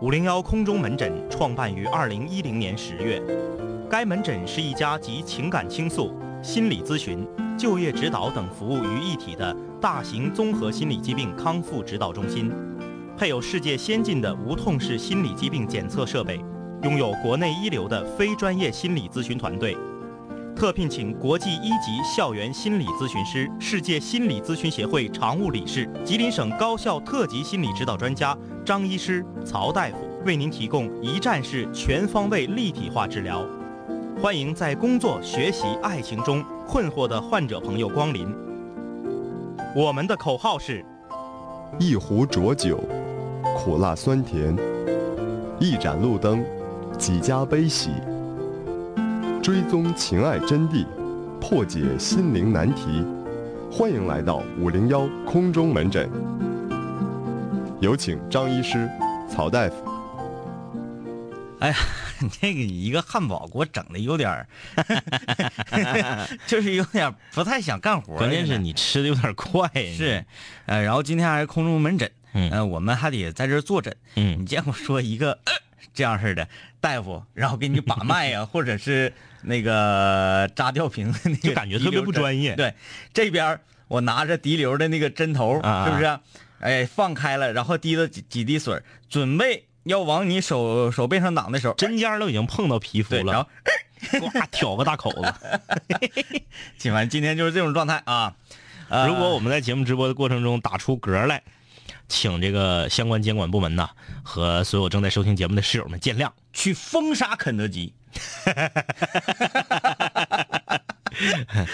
五零幺空中门诊创办于二零一零年十月，该门诊是一家集情感倾诉、心理咨询、就业指导等服务于一体的大型综合心理疾病康复指导中心，配有世界先进的无痛式心理疾病检测设备，拥有国内一流的非专业心理咨询团队，特聘请国际一级校园心理咨询师、世界心理咨询协会常务理事、吉林省高校特级心理指导专家张医师、曹大夫，为您提供一站式、全方位、立体化治疗。欢迎在工作、学习、爱情中困惑的患者朋友光临。我们的口号是：一壶浊酒，苦辣酸甜；一盏路灯，几家悲喜。追踪情爱真谛，破解心灵难题。欢迎来到五零幺空中门诊，有请张医师、曹大夫。哎呀，你这个一个汉堡给我整的有点儿， 就是有点儿不太想干活儿。关键是现在你吃的有点快。是，呃，然后今天还是空中门诊，嗯呃，我们还得在这儿坐诊。嗯你见过说一个、呃这样式的大夫，然后给你把脉呀、 或者是那个扎吊瓶的那个，就感觉特别不专业对，这边儿我拿着滴流的那个针头，啊是不是、哎，放开了，然后滴了几几滴水儿，准备要往你手手背上挡的时候，针尖儿都已经碰到皮肤对，然了后，呱挑个大口子。今晚今天就是这种状态 啊。呃、如果我们在节目直播的过程中打出嗝来，请这个相关监管部门呐和所有正在收听节目的室友们见 谅。去封杀肯德基，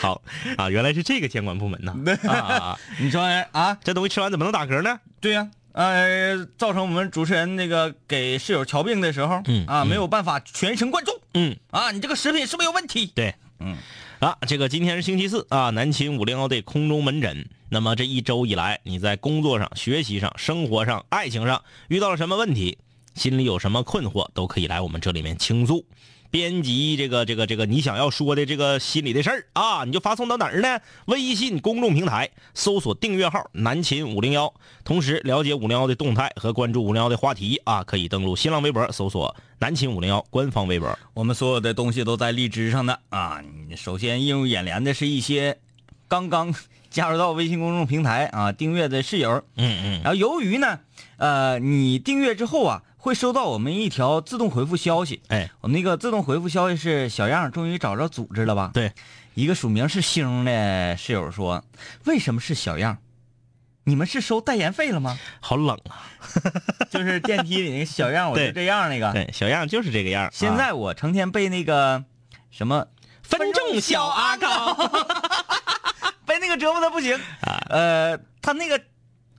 好啊，原来是这个监管部门呐。 啊啊，啊你说哎啊？这东西吃完怎么能打嗝呢？对呀、呃，造成我们主持人那个给室友瞧病的时候，嗯啊，没有办法全神贯注，嗯啊，你这个食品是不是有问题？对，嗯，啊，这个今天是星期四啊，南秦五零幺队空中门诊。那么这一周以来，你在工作上、学习上、生活上、爱情上遇到了什么问题？心里有什么困惑，都可以来我们这里面倾诉。编辑这个这个这个你想要说的这个心里的事儿啊，你就发送到哪儿呢？微信公众平台搜索订阅号“南秦五零幺”，同时了解五零幺的动态和关注五零幺的话题啊，可以登录新浪微博搜索“南秦五零幺”官方微博。我们所有的东西都在荔枝上的啊。你首先映入眼帘的是一些刚刚加入到微信公众平台啊订阅的室友，嗯嗯。然后由于呢，呃，你订阅之后啊，会收到我们一条自动回复消息。哎，我哦们那个自动回复消息是：小样儿终于找着组织了吧？对，一个署名是星的室友说：“为什么是小样儿？你们是收代言费了 吗？好冷啊！就是电梯里那个小样儿，我对就这样儿那个。对，小样就是这个样儿啊。啊现在我成天被那个什么分众啊小阿高，被那个折磨的不行。呃，他那个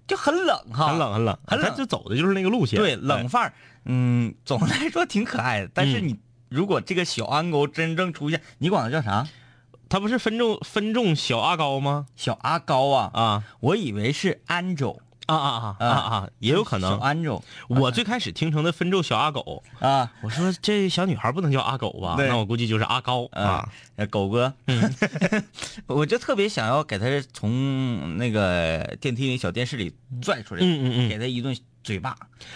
就很冷哈，啊很冷很冷很冷他就走的就是那个路线。对，冷范儿，嗯，总的来说挺可爱的。但是嗯你如果这个小安狗真正出现，你管它叫啥？他不是分众分众小阿高吗？小阿高啊，啊我以为是安州，啊啊啊啊！也有可小能。安州我最开始听成的分众小阿狗，啊，我说这小女孩不能叫阿狗吧？对那我估计就是阿高啊。呃狗哥， 我就特别想要给他从那个电梯里小电视里拽出来，嗯嗯嗯。给他一顿嘴巴，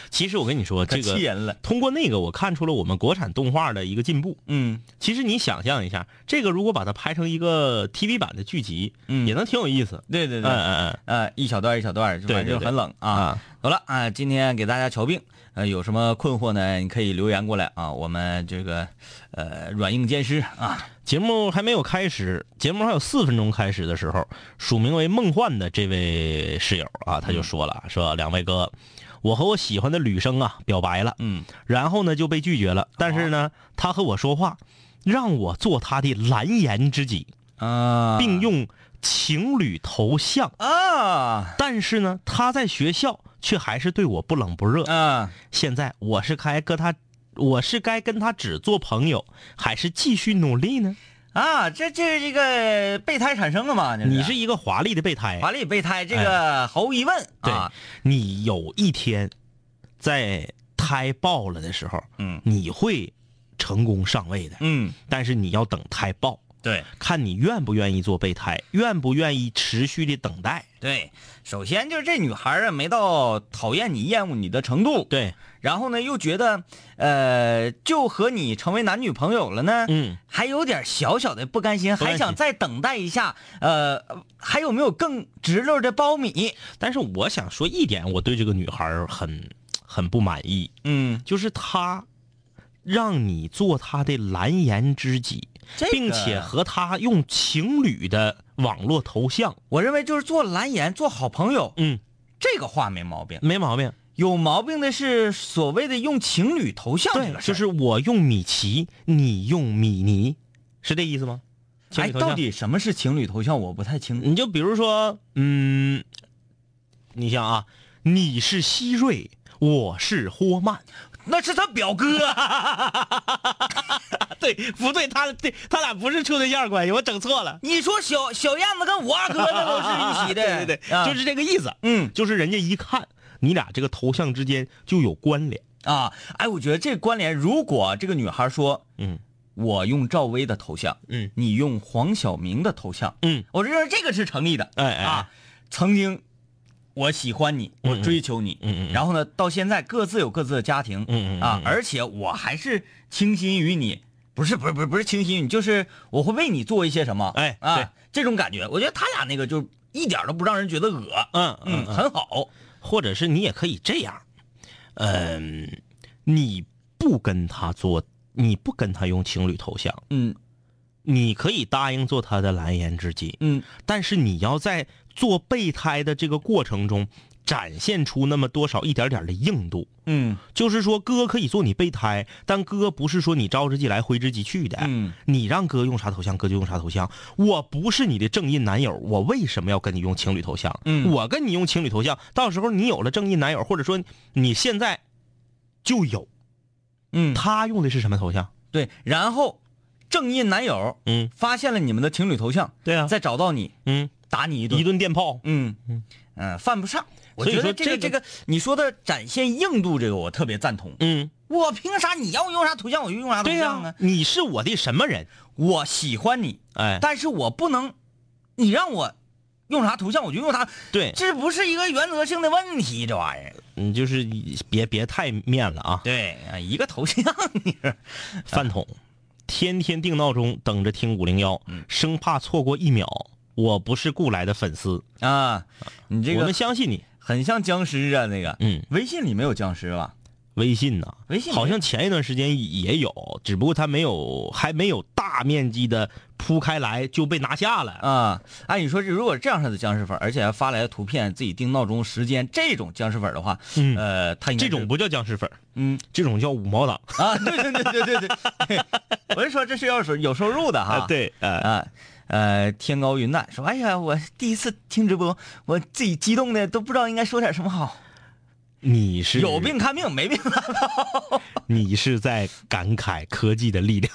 其实我跟你说，可这气啊个人了。通过那个我看出了我们国产动画的一个进步。嗯，其实你想象一下，这个如果把它拍成一个 TV 版的剧集，嗯也能挺有意思。对对嗯对，嗯嗯。呃，一小段一小段，对反正对就很冷啊。好了啊，今天给大家瞧病，呃，有什么困惑呢？你可以留言过来啊，我们这个呃软硬兼施啊。节目还没有开始，节目还有四分钟开始的时候，署名为梦幻的这位室友啊，他就说嗯了，说两位哥，我和我喜欢的女生啊表白了，嗯，然后呢就被拒哦绝了，但是呢，他和我说话，让我做他的蓝颜知己，啊，并用情侣头像，啊但是呢，他在学校却还是对我不冷不热。啊，现在我是该跟他，我是该跟他只做朋友，还是继续努力呢？啊，这这这个备胎产生了嘛？这你是一个华丽的备胎，啊华丽备胎，这个毫无疑问对啊。你有一天在胎爆了的时候，嗯你会成功上位的，嗯但是你要等胎爆。对看你愿不愿意做备胎，愿不愿意持续的等待。对，首先就是这女孩啊，没到讨厌你、厌恶你的程度。对，然后呢，又觉得，呃，就和你成为男女朋友了呢，嗯，还有点小小的不甘心，甘还心想再等待一下，呃，还有没有更直溜的苞米？但是我想说一点，我对这个女孩儿很很不满意，嗯，就是她让你做她的蓝颜知己，这个并且和她用情侣的网络头像，我认为就是做蓝颜、做好朋友，嗯，这个话没毛病。没毛病。有毛病的是所谓的用情侣头像这对个，事就儿是我用米奇，你用米妮，是这意思吗？情哎，侣头像到底什么是情侣头像？我不太清。你就比如说，嗯，你像啊，你是希瑞，我是霍曼，那是他表哥，对，不对？他对他俩不是处对象关系，我整错了。你说小小燕子跟我二哥那都是一起的， 对对对，啊就是这个意思。嗯就是人家一看你俩这个头像之间就有关联。啊，哎，我觉得这个关联，如果这个女孩说嗯我用赵薇的头像，嗯你用黄晓明的头像，嗯，我认为这个是成立的。哎哎啊，曾经我喜欢你，我追求你，嗯嗯嗯然后呢，到现在各自有各自的家庭，嗯嗯嗯啊嗯，而且我还是倾心于你，不是不是不是不是倾心于你，就是我会为你做一些什么，哎对啊，这种感觉，我觉得他俩那个就一点都不让人觉得恶，嗯嗯，嗯很好，或者是你也可以这样，嗯，你不跟他做，你不跟他用情侣头像，嗯你可以答应做他的蓝颜知己，嗯，但是你要在做备胎的这个过程中，展现出那么多少一点点的硬度。嗯就是说，哥可以做你备胎，但哥不是说你招之即来挥之即去的。嗯，你让哥用啥头像，哥就用啥头像。我不是你的正印男友，我为什么要跟你用情侣头像？嗯我跟你用情侣头像，到时候你有了正印男友，或者说你现在就有，嗯，他用的是什么头像？对，然后正印男友嗯，发现了你们的情侣头像，对啊，再找到你嗯打你一顿一，顿电炮。嗯嗯犯不上。我所以觉说得这个这这个个你说的展现硬度这个我特别赞同。嗯，我凭啥你要用啥头像我就用啥头对呀、像呢？啊你是我的什么人？我喜欢你，哎，但是我不能，你让我用啥头像我就用啥，对，这不是一个原则性的问题，这玩意儿。你就是别别太面了啊，对啊，一个头像，你说饭桶，天天定闹钟，等着听五零幺，生怕错过一秒。我不是雇来的粉丝，啊，你这我个们相信你。很像僵尸啊，那个，嗯，微信里没有僵尸吧？微信呐、微信好像前一段时间也有，只不过它没有，还没有大面积的铺开来就被拿下了。啊，按理说，如果这样式的僵尸粉，而且还发来图片，自己定闹钟时间，这种僵尸粉的话，嗯呃，他应该这是种不叫僵尸粉，嗯这种叫五毛党啊，对对对对对对， 我就说这是要是有收入的哈，对，呃，啊，呃，天高云淡，说哎呀，我第一次听直播，我自己激动的都不知道应该说点什么好，你是有病啊看病，没 病了。你是在感慨科技的力 量。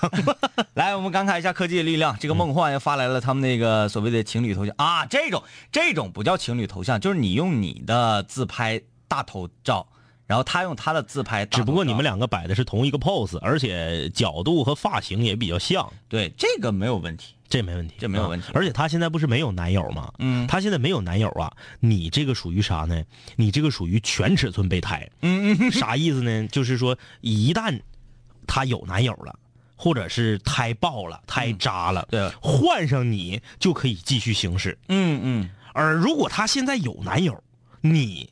来，我们感慨一下科技的力量。这个梦幻又发来了他们那个所谓的情侣头像啊，这种这种不叫情侣头像，就是你用你的自拍大头照，然后他用他的自拍大头照，只不过你们两个摆的是同一个 pose，而且角度和发型也比较像，对这个没有问题。这没问题，这没有问题啊而且她现在不是没有男友吗？嗯她现在没有男友啊，你这个属于啥呢？你这个属于全尺寸备胎。嗯嗯，啥意思呢？就是说，一旦她有男友了，或者是胎爆了、胎扎了，嗯对啊换上你就可以继续行驶。嗯嗯，而如果她现在有男友，你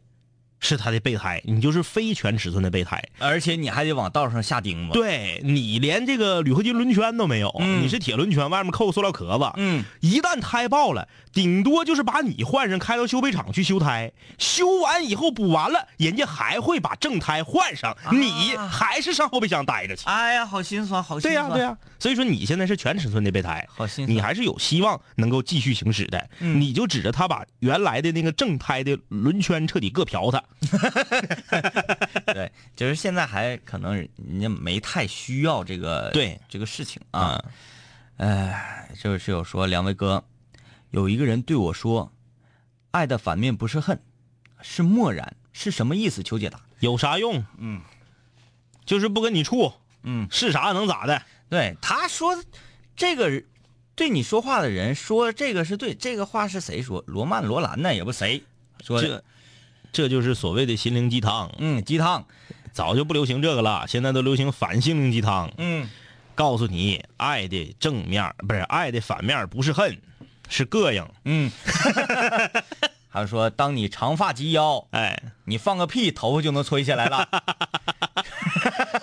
是她的备胎，你就是非全尺寸的备胎。而且你还得往道上下钉子。，对你连这个铝合金轮圈都没有，嗯你是铁轮圈，外面扣塑料壳子。嗯，一旦胎爆了，顶多就是把你换上，开到修配厂去修胎，修完以后补完了，人家还会把正胎换上，啊你还是上后备箱待着去。哎呀，好心酸，好心对呀、酸。对呀、所以说你现在是全尺寸的备胎，好心酸你还是有希望能够继续行驶的。嗯你就指着他把原来的那个正胎的轮圈彻底硌瓢它。对，就是现在还可能人家没太需要这个对这个事情啊。哎、这位室友说，两位哥，有一个人对我说，爱的反面不是恨，是漠然，是什么意思？求解答。有啥用？嗯，就是不跟你处，嗯，是啥能咋的？对，他说这个对你说话的人说这个是对，这个话是谁说？罗曼、罗兰呢？也不谁说的。这这就是所谓的心灵鸡汤，嗯，鸡汤。早就不流行这个了，现在都流行反心灵鸡汤。嗯，告诉你，爱的正面不是爱的反面，不是恨，是膈应。嗯，还有说，当你长发及腰，哎，你放个屁，头发就能吹下来 了，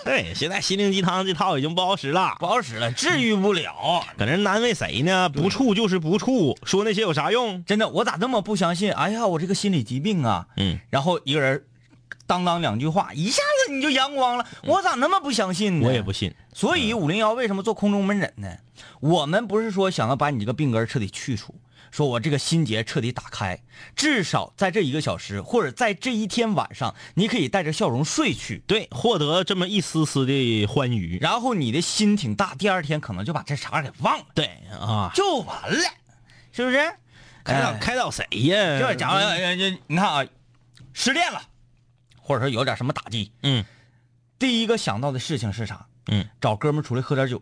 对，现在心灵鸡汤这套已经不好使了，不好使了，治愈不了。搁那难为谁呢？不处就是不处，说那些有啥用？真的，我咋那么不相信？哎呀，我这个心理疾病啊！嗯，然后一个人，当当两句话，一下子你就阳光了。我咋那么不相信呢？嗯我也不。嗯信。所以五零幺为什么做空中门诊呢？我们不是说想要把你这个病根儿彻底去除，说我这个心结彻底打开，至少在这一个小时或者在这一天晚上，你可以带着笑容睡去，对，获得这么一丝丝的欢愉。然后你的心挺大，第二天可能就把这茬儿给忘了，对啊，就完了，是不是？开导哎开导谁呀？就是假如嗯呃呃你看啊，失恋了，或者说有点什么打击，嗯第一个想到的事情是啥？嗯，找哥们儿出来喝点酒，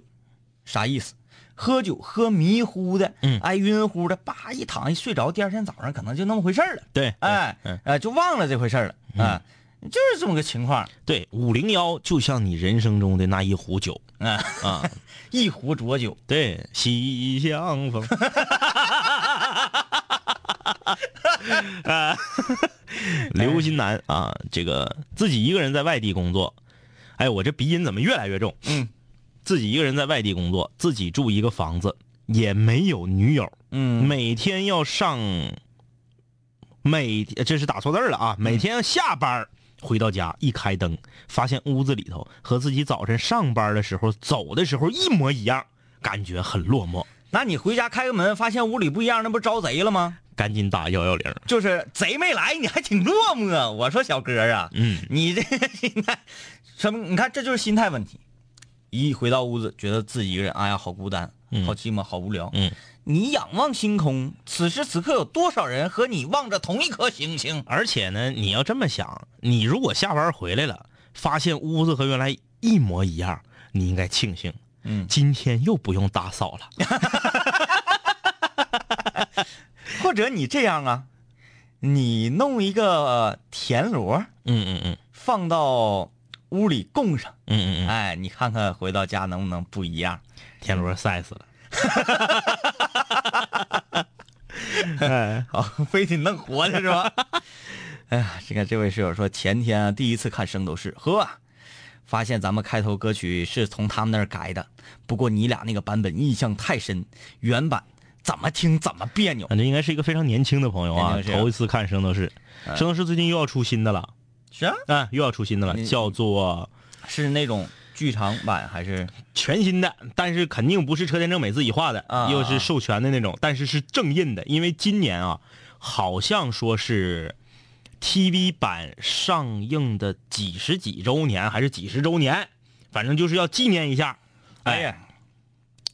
啥意思？喝酒喝迷糊的，嗯哎晕乎的，叭一躺一睡着，第二天早上可能就那么回事儿了，对，哎，嗯呃，就忘了这回事儿了，啊、就是这么个情况，对，五零幺就像你人生中的那一壶酒啊、啊，一壶浊酒，对，西厢风。啊，啊刘新南啊，这个自己一个人在外地工作，哎，我这鼻音怎么越来越重？嗯，自己一个人在外地工作，自己住一个房子，也没有女友，嗯，每天要上，每这是打错字儿了啊！嗯每天下班儿回到家，一开灯，发现屋子里头和自己早晨上班的时候走的时候一模一样，感觉很落寞。那你回家开个门，发现屋里不一样，那不招贼了吗？赶紧打幺幺零。就是贼没来，你还挺落寞。我说小哥啊，嗯，你这个心态，什么？你看，这就是心态问题。一回到屋子，觉得自己一个人，哎呀，好孤单，嗯好寂寞，好无聊。嗯，你仰望星空，此时此刻有多少人和你望着同一颗星星？而且呢，你要这么想，你如果下班回来了，发现屋子和原来一模一样，你应该庆幸，嗯，今天又不用打扫了。或者你这样啊，你弄一个呃田螺嗯嗯嗯放到屋里供上，嗯嗯嗯，哎，你看看回到家能不能不一样？田螺晒死了。哎 好，非得弄活的是吧？ 哎呀，这个这位室友说，前天、啊、第一次看《圣斗士》，呵、啊发现咱们开头歌曲是从他们那儿改的，不过你俩那个版本印象太深，原版怎么听怎么别扭。感觉应该是一个非常年轻的朋友啊年，轻是嗯头一次看《圣斗士》，《圣斗士》最近又要出新的了，是啊，啊，又要出新的了，你叫做是那种剧场版还是？全新的，但是肯定不是车田正美自己画的，啊又是授权的那种，但是是正印的，因为今年啊，好像说是 TV 版上映的几十几周年还是几十周年，反正就是要纪念一下。哎呀，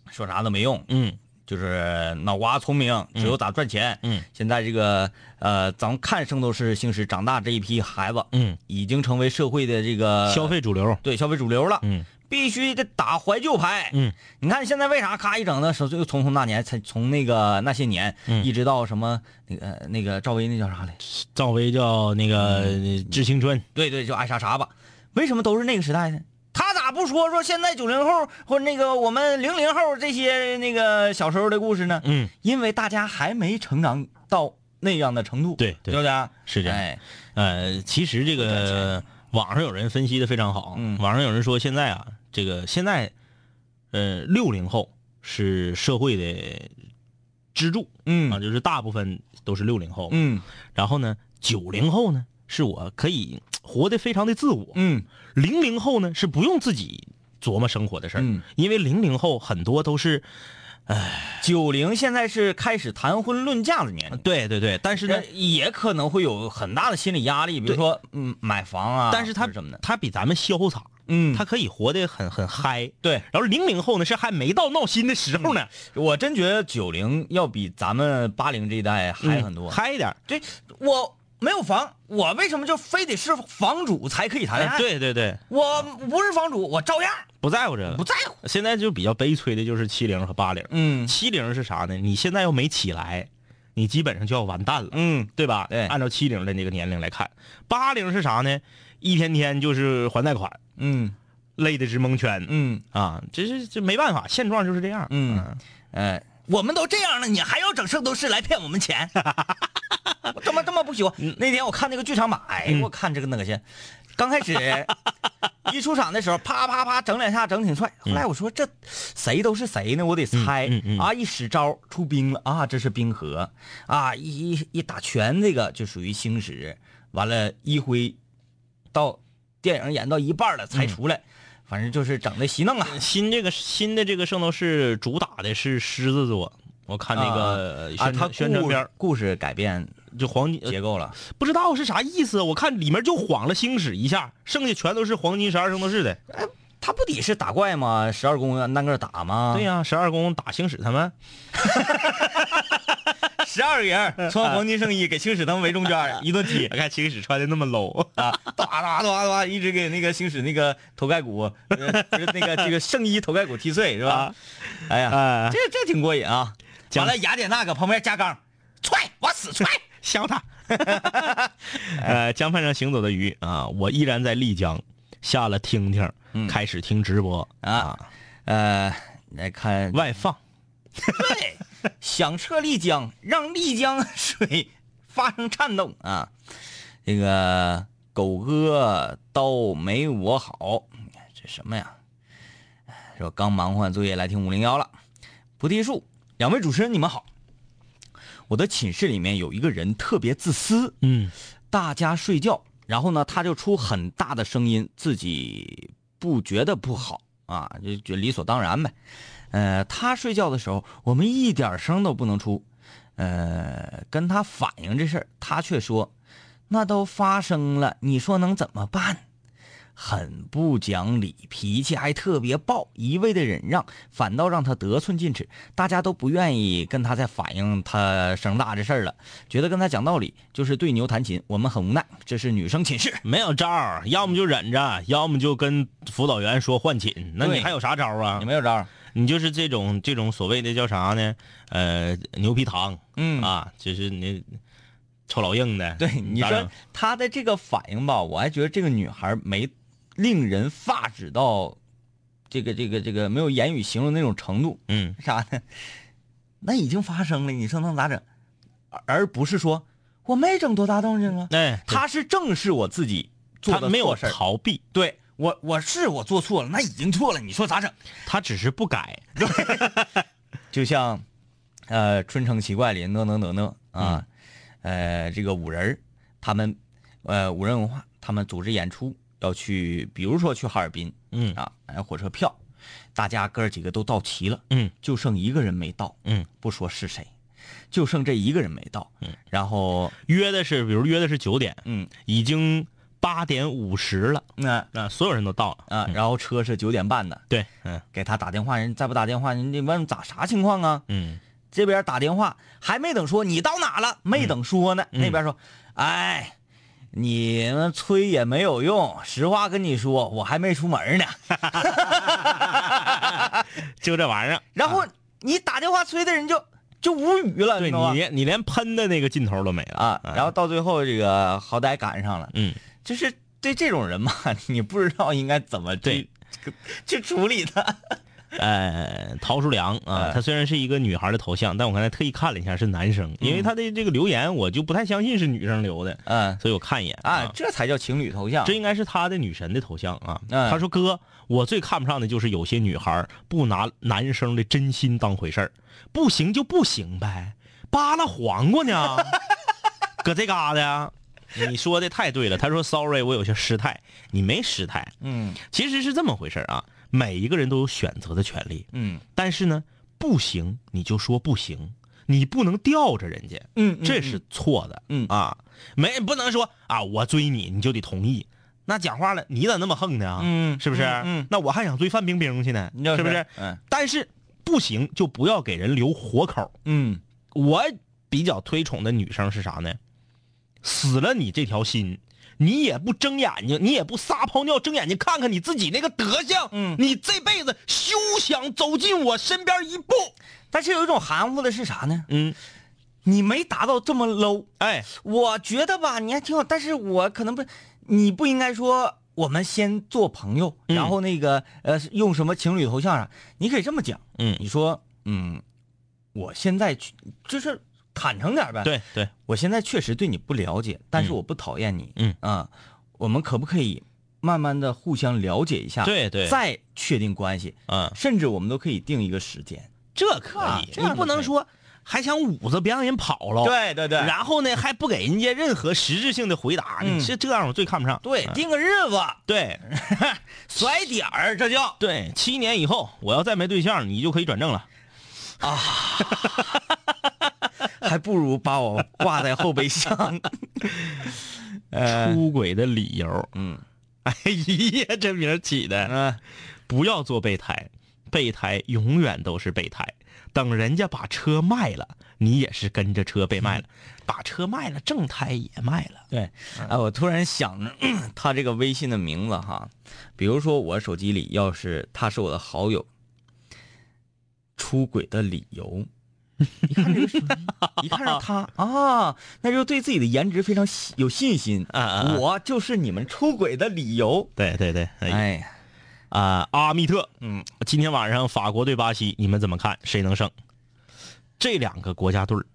说啥都没用，嗯，就是脑瓜聪明，只有咋赚钱。嗯现在这个呃，咱们看《圣斗士星矢》长大这一批孩子，嗯，已经成为社会的这个消费主流，对消费主流了。嗯必须得打怀旧牌。嗯，你看现在为啥咔一整的时候，就从从那年才从那个那些年，嗯一直到什么那个呃那个赵薇那叫啥来？赵薇叫那个嗯《致青春》，对对，就爱啥啥吧。为什么都是那个时代呢？他咋不说说现在九零后或者那个我们零零后这些那个小时候的故事呢？嗯，因为大家还没成长到那样的程度，对对对不对？是这样。哎，呃，其实这个网上有人分析的非常好，嗯网上有人说现在啊，这个现在，呃，六零后是社会的支柱、啊，嗯就是大部分都是六零后，嗯然后呢，九零后呢是我可以活得非常的自我，嗯零零、后呢是不用自己琢磨生活的事儿，嗯，因为零零后很多都是，九零现在是开始谈婚论嫁的年龄。对对对，但是呢呃，也可能会有很大的心理压力，比对如说嗯买房啊，但是他或者什么的，他比咱们潇洒，嗯他可以活得很很嗨，对然后零零后呢是还没到闹心的时候呢，我真觉得九零要比咱们八零这一代嗯还很多。嗨一点儿。对我没有房，我为什么就非得是房主才可以谈恋爱？哎，对对对，我不是房主，我照样不在乎这个不。在乎。现在就比较悲催的就是七零和八零。嗯七零是啥呢？你现在要没起来，你基本上就要完蛋了，嗯，对吧？对按照七零的那个年龄来看，八零是啥呢？一天天就是还贷款，嗯累得直蒙圈。嗯啊，这是这没办法，现状就是这样。啊嗯，哎，我们都这样了，你还要整圣斗士来骗我们钱？ 我他妈这么不喜欢。嗯那天我看那个剧场版，哎，我看这个那个先，刚 开始一出场的时候，啪啪啪整两下，整挺帅。后来我说这谁都是谁呢？我得猜嗯嗯嗯啊！一使招出兵了啊，这是冰河啊！一一一打拳，这个就属于星矢。完了，一辉到电影演到一半了嗯才出来，反正就是整的稀弄啊。新这个新的这个圣斗士主打的是狮子座，我看那啊，个宣他传宣传片儿故事改变就黄金，结构了，不知道是啥意思，我看里面就晃了星矢一下，剩下全都是黄金十二圣斗士的。他不得是打怪吗？十二宫单个打吗？对、呀、十二宫打星矢他们， 十二个人穿黄金圣衣给星矢他们围中间一顿 踢，嗯看星矢穿的那么 low，啊，哒哒哒哒，一直给那个星矢那个头盖骨，啊 呃不是那个这个圣衣头盖骨踢碎是吧？哎呀，啊这这挺过瘾啊！讲完了，雅典娜搁旁边加杠，踹，往 死踹！削 他。呃，江畔上行走的鱼啊，我依然在丽江下了听听，开始听直播啊呃，来看外放。对，响彻丽江，让丽江水发生颤动啊！这个狗哥刀没我好，这什么呀？说刚忙完作业来听五零幺了。菩提树，两位主持人你们好。我的寝室里面有一个人特别自私，嗯大家睡觉，然后呢，他就出很大的声音，自己不觉得不好啊，就就理所当然呗。呃，他睡觉的时候，我们一点声都不能出。呃，跟他反映这事儿，他却说：“那都发生了，你说能怎么办？”很不讲理，脾气还特别暴，一味的忍让，反倒让他得寸进尺。大家都不愿意跟他再反映他声大这事儿了，觉得跟他讲道理就是对牛弹琴，我们很无奈。这是女生寝室，没有招儿，要么就忍着，要么就跟辅导员说换寝。那你对还有啥招儿啊 你？没有招儿？你就是这种这种所谓的叫啥呢？呃，牛皮糖，嗯啊，就是你臭老硬的。对，你咋说整她的这个反应吧，我还觉得这个女孩没令人发指到这个这个这个没有言语形容那种程度，嗯，啥呢？ 那已经发生了，你说能咋整？而而不是说我没整多大动静啊，哎，她是正视我自己做他的没有错事儿逃避，对我我是我做错了，那已经错了，你说咋整？他只是不改。就像，呃，《春城奇怪》里呢呢呢呢嗯啊，呃，这个五人儿他们，呃，五人文化他们组织演出要去，比如说去哈尔滨嗯啊，买火车票，大家哥儿几个都到齐了，嗯就剩一个人没到，嗯，不说是谁，就剩这一个人没到，然后约的是，比如约的是九点，嗯，已经八点五十了，那啊，所有人都到了。啊，然后车是九点半的，对，嗯给他打电话，人再不打电话，人家问咋啥情况啊？嗯，这边打电话还没等说你到哪了，没等说呢，那边说，哎，你们催也没有用，实话跟你说，我还没出门呢。就这玩意儿。然后你打电话催的人就就无语了，对你知你道吗连你连喷的那个劲头都没了啊，然后到最后这个好歹赶上了，嗯，就是对这种人嘛，你不知道应该怎么去去处理他。呃，陶淑良啊，她虽然是一个女孩的头像，但我刚才特意看了一下是男生，因为她的这个留言我就不太相信是女生留的，嗯所以我看一眼啊啊，这才叫情侣头像这。应该是她的女神的头像啊。嗯她说：“哥，我最看不上的就是有些女孩不拿男生的真心当回事儿，不行就不行呗，扒拉黄瓜呢， 搁这嘎达呀。”你说的太对了。她说：“Sorry，我有些失态。”你没失态，嗯其实是这么回事儿啊。每一个人都有选择的权利，嗯但是呢，不行你就说不行，你不能吊着人家，嗯嗯这是错的，嗯啊，没不能说啊，我追你你就得同意，那讲话了，你咋那么横呢啊？嗯是不是？嗯嗯那我还想追范冰冰去呢，就是是不是？嗯但是不行就不要给人留活口。嗯我比较推崇的女生是啥呢？死了你这条心，你也不睁眼睛，你也不撒泡尿睁眼睛看看你自己那个德行，嗯你这辈子休想走近我身边一步，但是有一种含糊的是啥呢？嗯，你没达到这么 low，哎，我觉得吧，你还挺好，但是我可能不，你不应该说我们先做朋友，嗯然后那个呃用什么情侣头像啊，你可以这么讲，嗯你说嗯，我现在去就是坦诚点呗，，对对，我现在确实对你不了解，但是嗯我不讨厌你，嗯啊，我们可不可以慢慢的互相了解一下，对对再确定关系，嗯，甚至我们都可以定一个时间，这可啊以，这样你就不能可以说还想捂着别让人跑了，对哦然后呢还不给人家任何实质性的回答，嗯你是这样我最看不上，对，嗯定个日子，对 甩点儿，这叫。对，七年以后我要再没对象，你就可以转正了。还不如把我挂在后备箱。 出轨的理由。呃嗯， 哎呀，这名儿起的，嗯，不要做备胎，备胎永远都是备胎。等人家把车卖了，你也是跟着车被卖了；把车卖了，正胎也卖了。嗯对，哎，我突然想着他这个微信的名字哈，比如说我手机里要是他是我的好友，出轨的理 由，一看这个手机，一看是他啊，那就对自己的颜值非常喜有信心啊啊啊我就是你们出轨的理由。对对对，哎哎呀，啊、阿密特，嗯，今天晚上法国对巴西，你们怎么看？谁能胜？这两个国家队儿，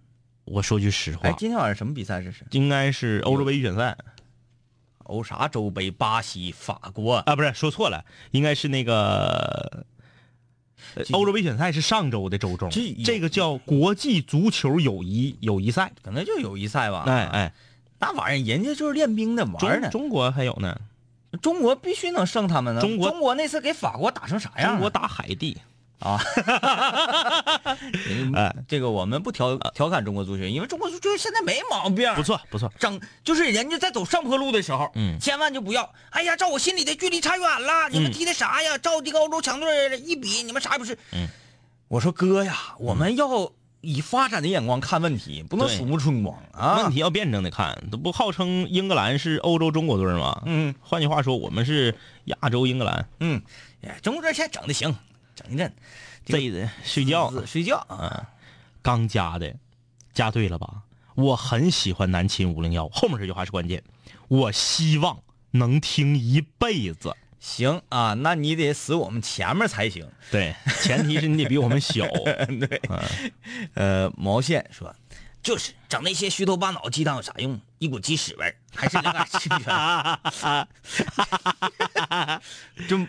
我说句实哎话，，今天晚上什么比赛这是？应该是欧洲杯预选赛欧啥洲杯？巴西、法国。啊，不是说错了，应该是那个呃这欧洲杯选赛是上周的周中，这这个叫国际足球友谊友谊赛。可能就友谊赛吧，哎哎，那玩意儿人家就是练兵的玩儿中呢。中国还有呢，中国必须能胜他们呢。中国中国那次给法国打成啥样啊中了？国打海地，哎，这个我们不调调侃中国足球，因为中国足球现在没毛病，啊不错不错。整就是人家在走上坡路的时候，嗯千万就不要，哎呀，照我心里的距离差远了，你们踢的啥呀？照这个欧洲强队一比，你们啥也不是。嗯，我说哥呀，我们要以发展的眼光看问题，不能对鼠目寸光啊。问题要辩证的看，都不号称英格兰是欧洲中国队吗？嗯换句话说，我们是亚洲英格兰。嗯，哎中国队现在整的行，整一阵，这这个睡觉自睡觉啊，刚加的，加对了吧？我很喜欢南秦五零幺，后面这句话是关键。我希望能听一辈子。行啊，那你得死我们前面才行。对，前提是你得比我 们小。对，呃，毛线说，就是整那些虚头巴脑鸡汤有啥用？一股鸡屎味儿，还是有点吃源，啊就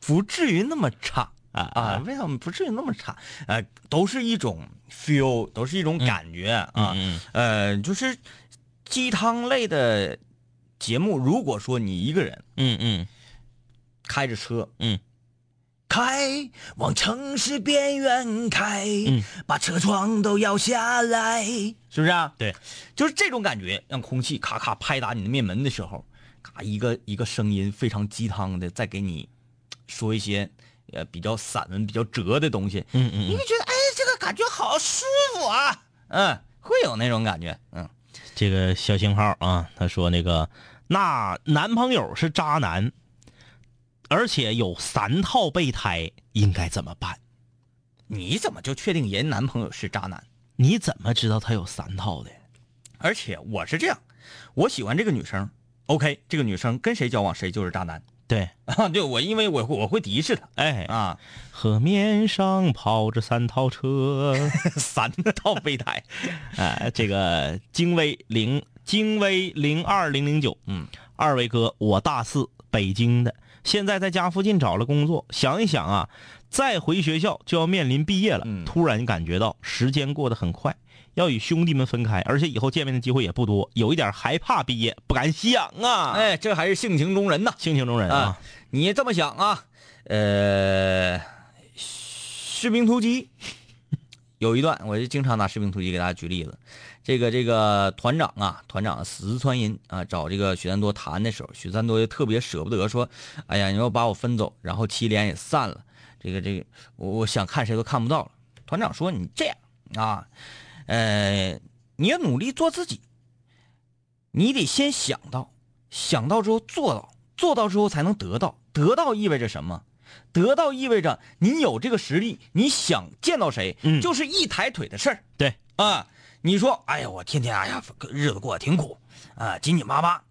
不至于那么差啊啊！为什么不至于那么差？呃，都是一种 feel，都是一种感觉啊。嗯呃，就是鸡汤类的节目，如果说你一个人嗯嗯开着车，嗯，开往城市边缘开，嗯把车窗都摇下来，是不是、啊？对，就是这种感觉，让空气咔咔拍打你的面门的时候，咔一个一个声音非常鸡汤的再给你说一些呃比较散文、比较哲的东西，嗯你嗯，就觉得哎，这个感觉好舒服啊，嗯，会有那种感觉，嗯，这个小星号啊，他说那个，那男朋友是渣男，而且有三套备胎，应该怎么办？你怎么就确定人男朋友是渣男？你怎么知道他有三套的？而且我是这样，我喜欢这个女生，OK，这个女生跟谁交往谁就是渣男对， 啊！对我，因为我会我会敌视她哎，啊，河面上跑着三 套车。三套备胎，呃，这个京威零京威零二零零九，嗯，二位哥，我大四，北京的，现在在家附近找了工作。想一想啊，再回学校就要面临毕业了，嗯突然感觉到时间过得很快，要与兄弟们分开，而且以后见面的机会也不多，有一点害怕毕业，不敢想啊。，哎，这还是性情中人呐性情中人啊啊！你这么想啊，呃，士兵突击。有一段，我就经常拿《士兵突击》给大家举例子。这个这个团长啊，团长死川银啊，找这个许三多谈的时候，许三多就特别舍不得，说：“哎呀，你要把我分走，然后七连也散了，这个这个，我我想看谁都看不到了。”团长说：“你这样啊，呃，你要努力做自己，你得先想到，想到之后做到，做到之后才能得到。得到意味着什么？得到意味着你有这个实力，你想见到谁，嗯就是一抬腿的事儿对，啊。你说，哎呀，我天天哎呀，日子过得挺苦啊，紧紧巴巴。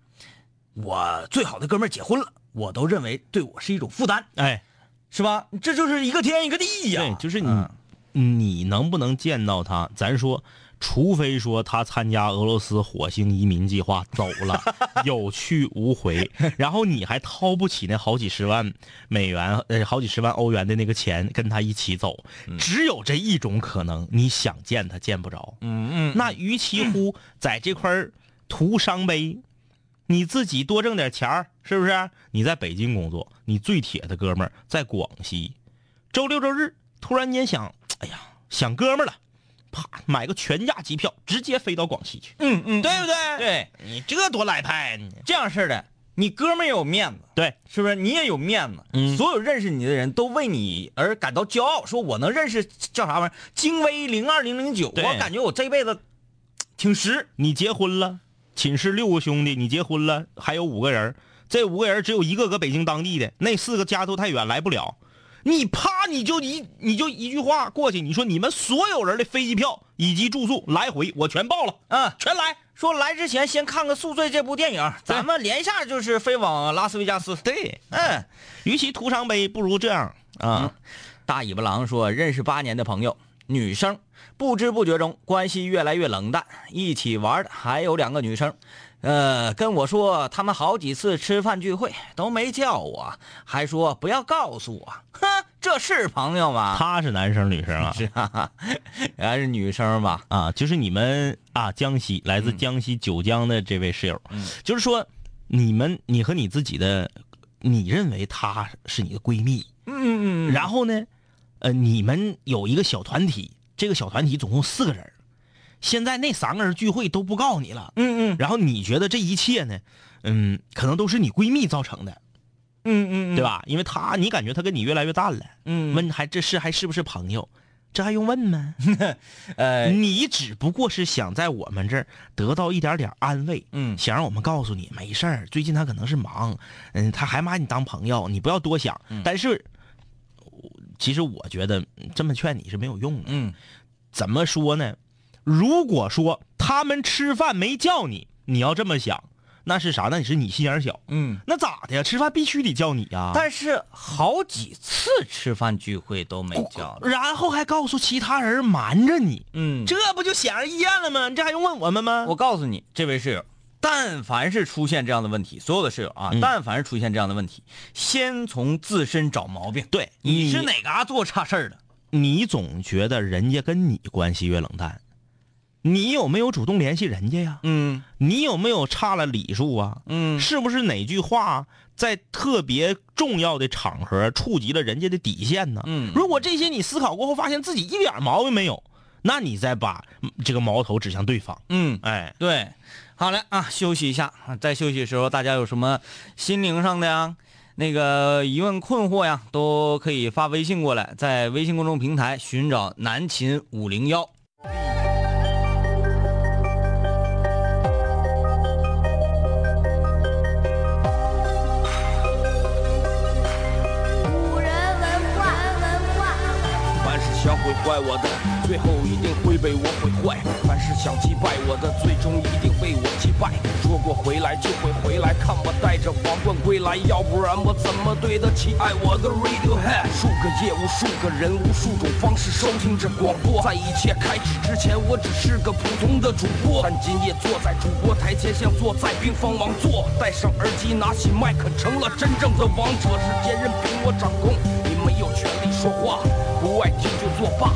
我最好的哥们儿结婚了，我都认为对我是一种负担，哎，是吧？这就是一个天一个地呀、对，就是你、嗯啊你能不能见到他？咱说，除非说他参加俄罗斯火星移民计划走 了，有去无 回，然后你还掏不起那好几十万美元，呃，好几十万欧元的那个钱跟他一起走，只有这一种可能，你想见他见不着。嗯嗯，那与其乎在这块儿徒伤悲，你自己多挣点钱儿，是不是？你在北京工作，你最铁的哥们儿在广西，周六周日突然间想，哎呀，想哥们儿了，啪，买个全价机票，直接飞到广西去，嗯嗯，对不对？对，你这多来派啊你！这样式的，你哥们儿也有面子，对，是不是？你也有面子，嗯所有认识你的人都为你而感到骄傲，说我能认识叫啥玩意儿，京威零二零零九，对我感觉我这辈子挺实。你结婚了，寝室六个兄弟，你结婚了，还有五个人儿，这五个人儿只有一个搁北京当地的，那四个家都太远来不了。你啪，你就一你就一句话过去，你说你们所有人的飞机票以及住宿来回我全报了，啊，全来。说来之前先看个《宿醉》这部电影，咱们连下就是飞往拉斯维加斯。对，嗯，与其徒伤悲，不如这样啊。大尾巴狼说，认识八年的朋友，女生，不知不觉中关系越来越冷淡。一起玩的还有两个女生，呃，跟我说他们好几次吃饭聚会都没叫我，还说不要告诉我。 哼，这是朋友吗？他是男生女生啊？是啊，原来是女生吧？啊，就是你们啊，江西来自江西九江的这位室友，就是说你们你和你自己的，你认为她是你的闺蜜，嗯然后呢，呃，你们有一个小团体，这个小团体总共四个人儿，现在那三个人聚会都不告你了，嗯嗯然后你觉得这一切呢，嗯，可能都是你闺蜜造成的，嗯嗯，对吧？因为她，你感觉她跟你越来越淡了，嗯问还这是还是不是朋友？这还用问吗？呃，你只不过是想在我们这儿得到一点点安慰，嗯想让我们告诉你没事儿，最近他可能是忙，嗯，他还把你当朋友，你不要多想。嗯但是，其实我觉得嗯这么劝你是没有用的。嗯怎么说呢？如果说他们吃饭没叫你，你要这么想，那是啥？那你是你心眼儿小。嗯，那咋的呀？吃饭必须得叫你啊呀。但是好几次吃饭聚会都没叫。然后还告诉其他人瞒着你，嗯，这不就显而易见了吗？你这还用问我们吗？我告诉你，这位室友，但凡是出现这样的问题，所有的室友啊，但凡是出现这样的问题，先从自身找毛病。对你你是哪嘎做差事儿的？你总觉得人家跟你关系越冷淡，你有没有主动联系人家呀？嗯你有没有差了礼数啊？嗯是不是哪句话在特别重要的场合触及了人家的底线呢？嗯如果这些你思考过后发现自己一点毛病没有，那你再把嗯这个矛头指向对方。嗯，哎，对，好嘞啊，休息一下，在休息的时候，大家有什么心灵上的呀？那个疑问困惑呀，都可以发微信过来，在微信公众平台寻找“南秦五零幺”。古人文化，文化。凡是想毁坏我的，最后一定会被我毁坏；凡是想击败我的，最终一定被我击败。说过回来就会回来，看我带着皇冠归来，要不然我怎么对得起爱我的 Radiohead？数个夜，无数个人，无数种方式收听着广播。在一切开始之前，我只是个普通的主播，但今夜坐在主播台前，像坐在冰封王座。戴上耳机，拿起麦克，成了真正的王者。时间任凭我掌控，你没有权利说话。不爱听就作罢，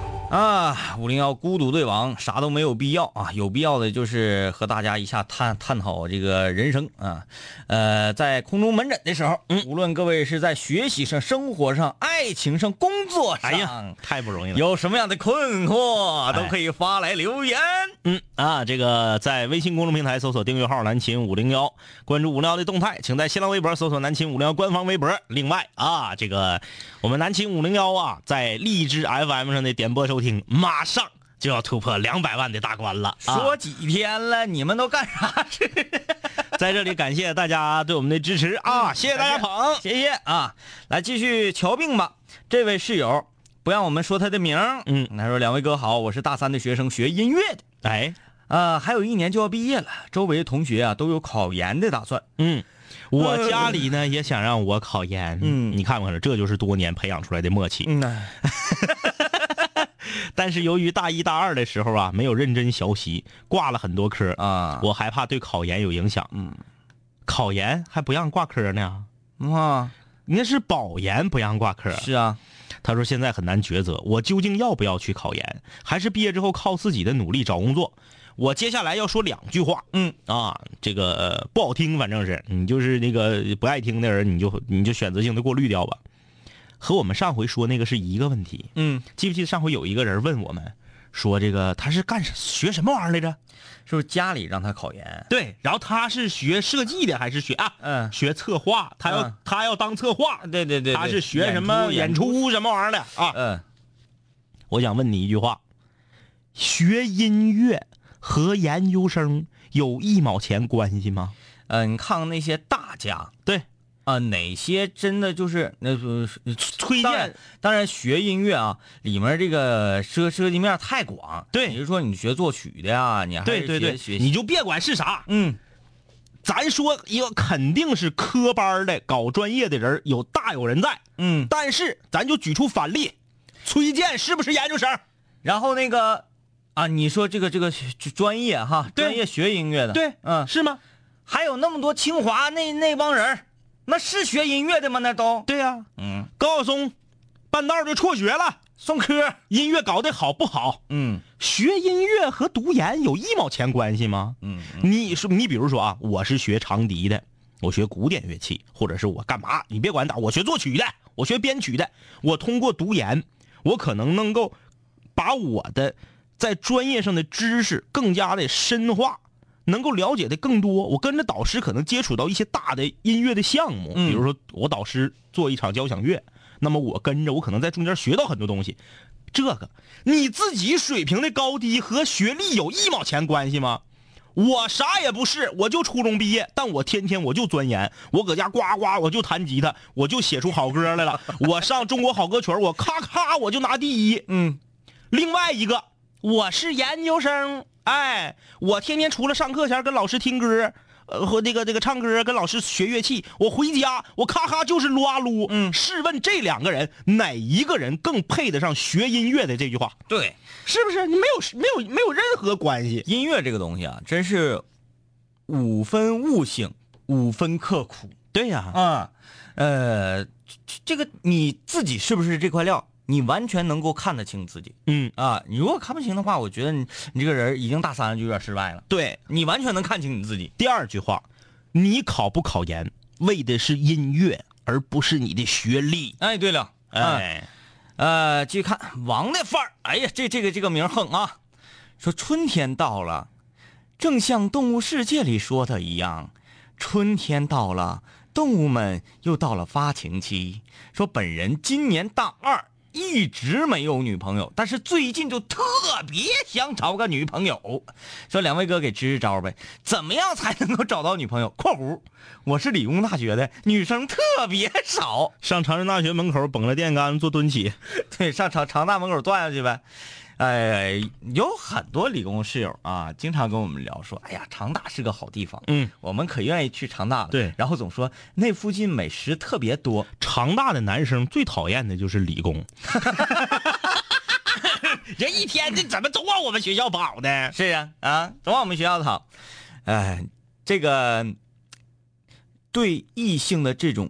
啊，五零幺孤独对王啥都没有必要啊，有必要的就是和大家一下探探讨这个人生啊，呃，在空中门诊的时候，嗯无论各位是在学习上、生活上、爱情上、工作上，哎呀，太不容易了。有什么样的困惑都哎可以发来留言。嗯啊，这个在微信公众平台搜索订阅号“南秦五零幺”，关注无聊的动态，请在新浪微博搜索“南秦五零幺”官方微博。另外啊，这个我们南秦五零幺啊，在荔枝 FM 上的点播收听，马上就要突破两百万的大关了。啊、说几天了，你们都干啥去？在这里感谢大家对我们的支持嗯啊，谢谢大家捧。谢谢啊！来继续瞧病吧。这位室友不让我们说他的名儿，嗯他说：“两位哥好，我是大三的学生，学音乐的，哎，啊，还有一年就要毕业了。周围同学啊都有考研的打算，嗯，我家里呢也想让我考研，嗯你看看这就是多年培养出来的默契。嗯呐，但是由于大一大二的时候啊，没有认真学习，挂了很多科啊我害怕对考研有影响。嗯，考研还不让挂科呢，嗯啊，人家是保研不让挂科。是啊，他说现在很难抉择，我究竟要不要去考研，还是毕业之后靠自己的努力找工作？我接下来要说两句话，嗯啊，这个、呃不好听，反正是你就是那个不爱听的人，你就你就选择性的过滤掉吧。和我们上回说那个是一个问题，嗯，记不记得上回有一个人问我们说这个他是干学什么玩意儿来着？是不是家里让他考研？对，然后他是学设计的还是学啊？嗯学策划，他要、嗯他要当策划，对对对他是学什么演出？出什么玩意儿的啊？嗯，我想问你一句话：学音乐和研究生有一毛钱关系吗？呃，你看看那些大家对，啊，哪些真的就是那呃推当然荐，当然学音乐啊，里面这个涉涉及面太广。对你是说你学作曲的呀？你还是对对对学，学你就别管是啥，嗯咱说一个肯定是科班的搞专业的人有大有人在，嗯。但是咱就举出反例，崔健是不是研究生？然后那个啊，你说这个这个学专业哈，对专业学音乐的，对，嗯，是吗？还有那么多清华那那帮人儿，那是学音乐的吗？那都对呀、嗯，高晓松半道就辍学了，宋科，音乐搞得好不好？嗯学音乐和读研有一毛钱关系吗？嗯你说，你比如说啊，我是学长笛的，我学古典乐器，或者是我干嘛？你别管打，我学作曲的，我学编曲的。我通过读研，我可能能够把我的在专业上的知识更加的深化，能够了解的更多。我跟着导师可能接触到一些大的音乐的项目，嗯比如说我导师做一场交响乐，那么我跟着，我可能在中间学到很多东西。这个你自己水平的高低和学历有一毛钱关系吗？我啥也不是，我就初中毕业，但我天天我就钻研，我搁家呱呱我就弹吉他，我就写出好歌来 了。我上中国好歌曲儿，我咔咔我就拿第一。嗯，另外一个，我是研究生，哎，我天天除了上课前跟老师听歌，呃，和这个这个唱歌，跟老师学乐器，我回家我咔咔就是撸啊撸。嗯试问这两个人哪一个人更配得上学音乐的这句话？对，是不是？你没有没有没有任何关系。音乐这个东西啊，真是五分悟性，五分刻苦。对呀、啊，呃，这这个你自己是不是这块料？你完全能够看得清自己嗯，啊！你如果看不清的话，我觉得你你这个人已经大三了，就有点失败了。对。你完全能看清你自己。第二句话，你考不考研为的是音乐，而不是你的学历。哎，对了，哎，哎，呃，继续看王的范儿。哎呀，这这个这个名儿横啊！说春天到了，正像《动物世界》里说的一样，春天到了，动物们又到了发情期。说本人今年大二，一直没有女朋友，但是最近就特别想找个女朋友。说两位哥给支支招呗，怎么样才能够找到女朋友？（括弧）我是理工大学的，女生特别少。 上长春大学门口绷着电杆做蹲起。对，上长长大门口转下去呗。啊、呃，有很多理工室友啊，经常跟我们聊说，哎呀，长大是个好地方，嗯，我们可愿意去长大了。对然后总说那附近美食特别多，长大的男生最讨厌的就是理工， 人一天这怎么总往我们学校跑呢？是呀、啊，总往我们学校跑。哎，这个对异性的这种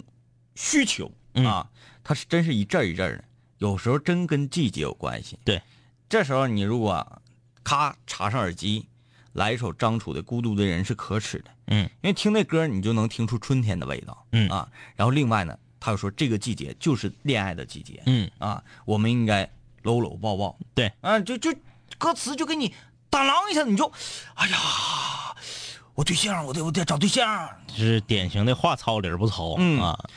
需求嗯啊，它是真是一阵儿一阵儿的，有时候真跟季节有关系。对，这时候你如果咔插上耳机，来一首张楚的《孤独的人是可耻的》，嗯，因为听那歌你就能听出春天的味道，嗯啊，然后另外呢，他又说这个季节就是恋爱的季节，嗯啊，我们应该搂搂抱抱，对，啊，就就歌词就给你打狼一下，你就，哎呀，我对象，我得我得找对象，是典型的话糙理儿不糙、嗯啊。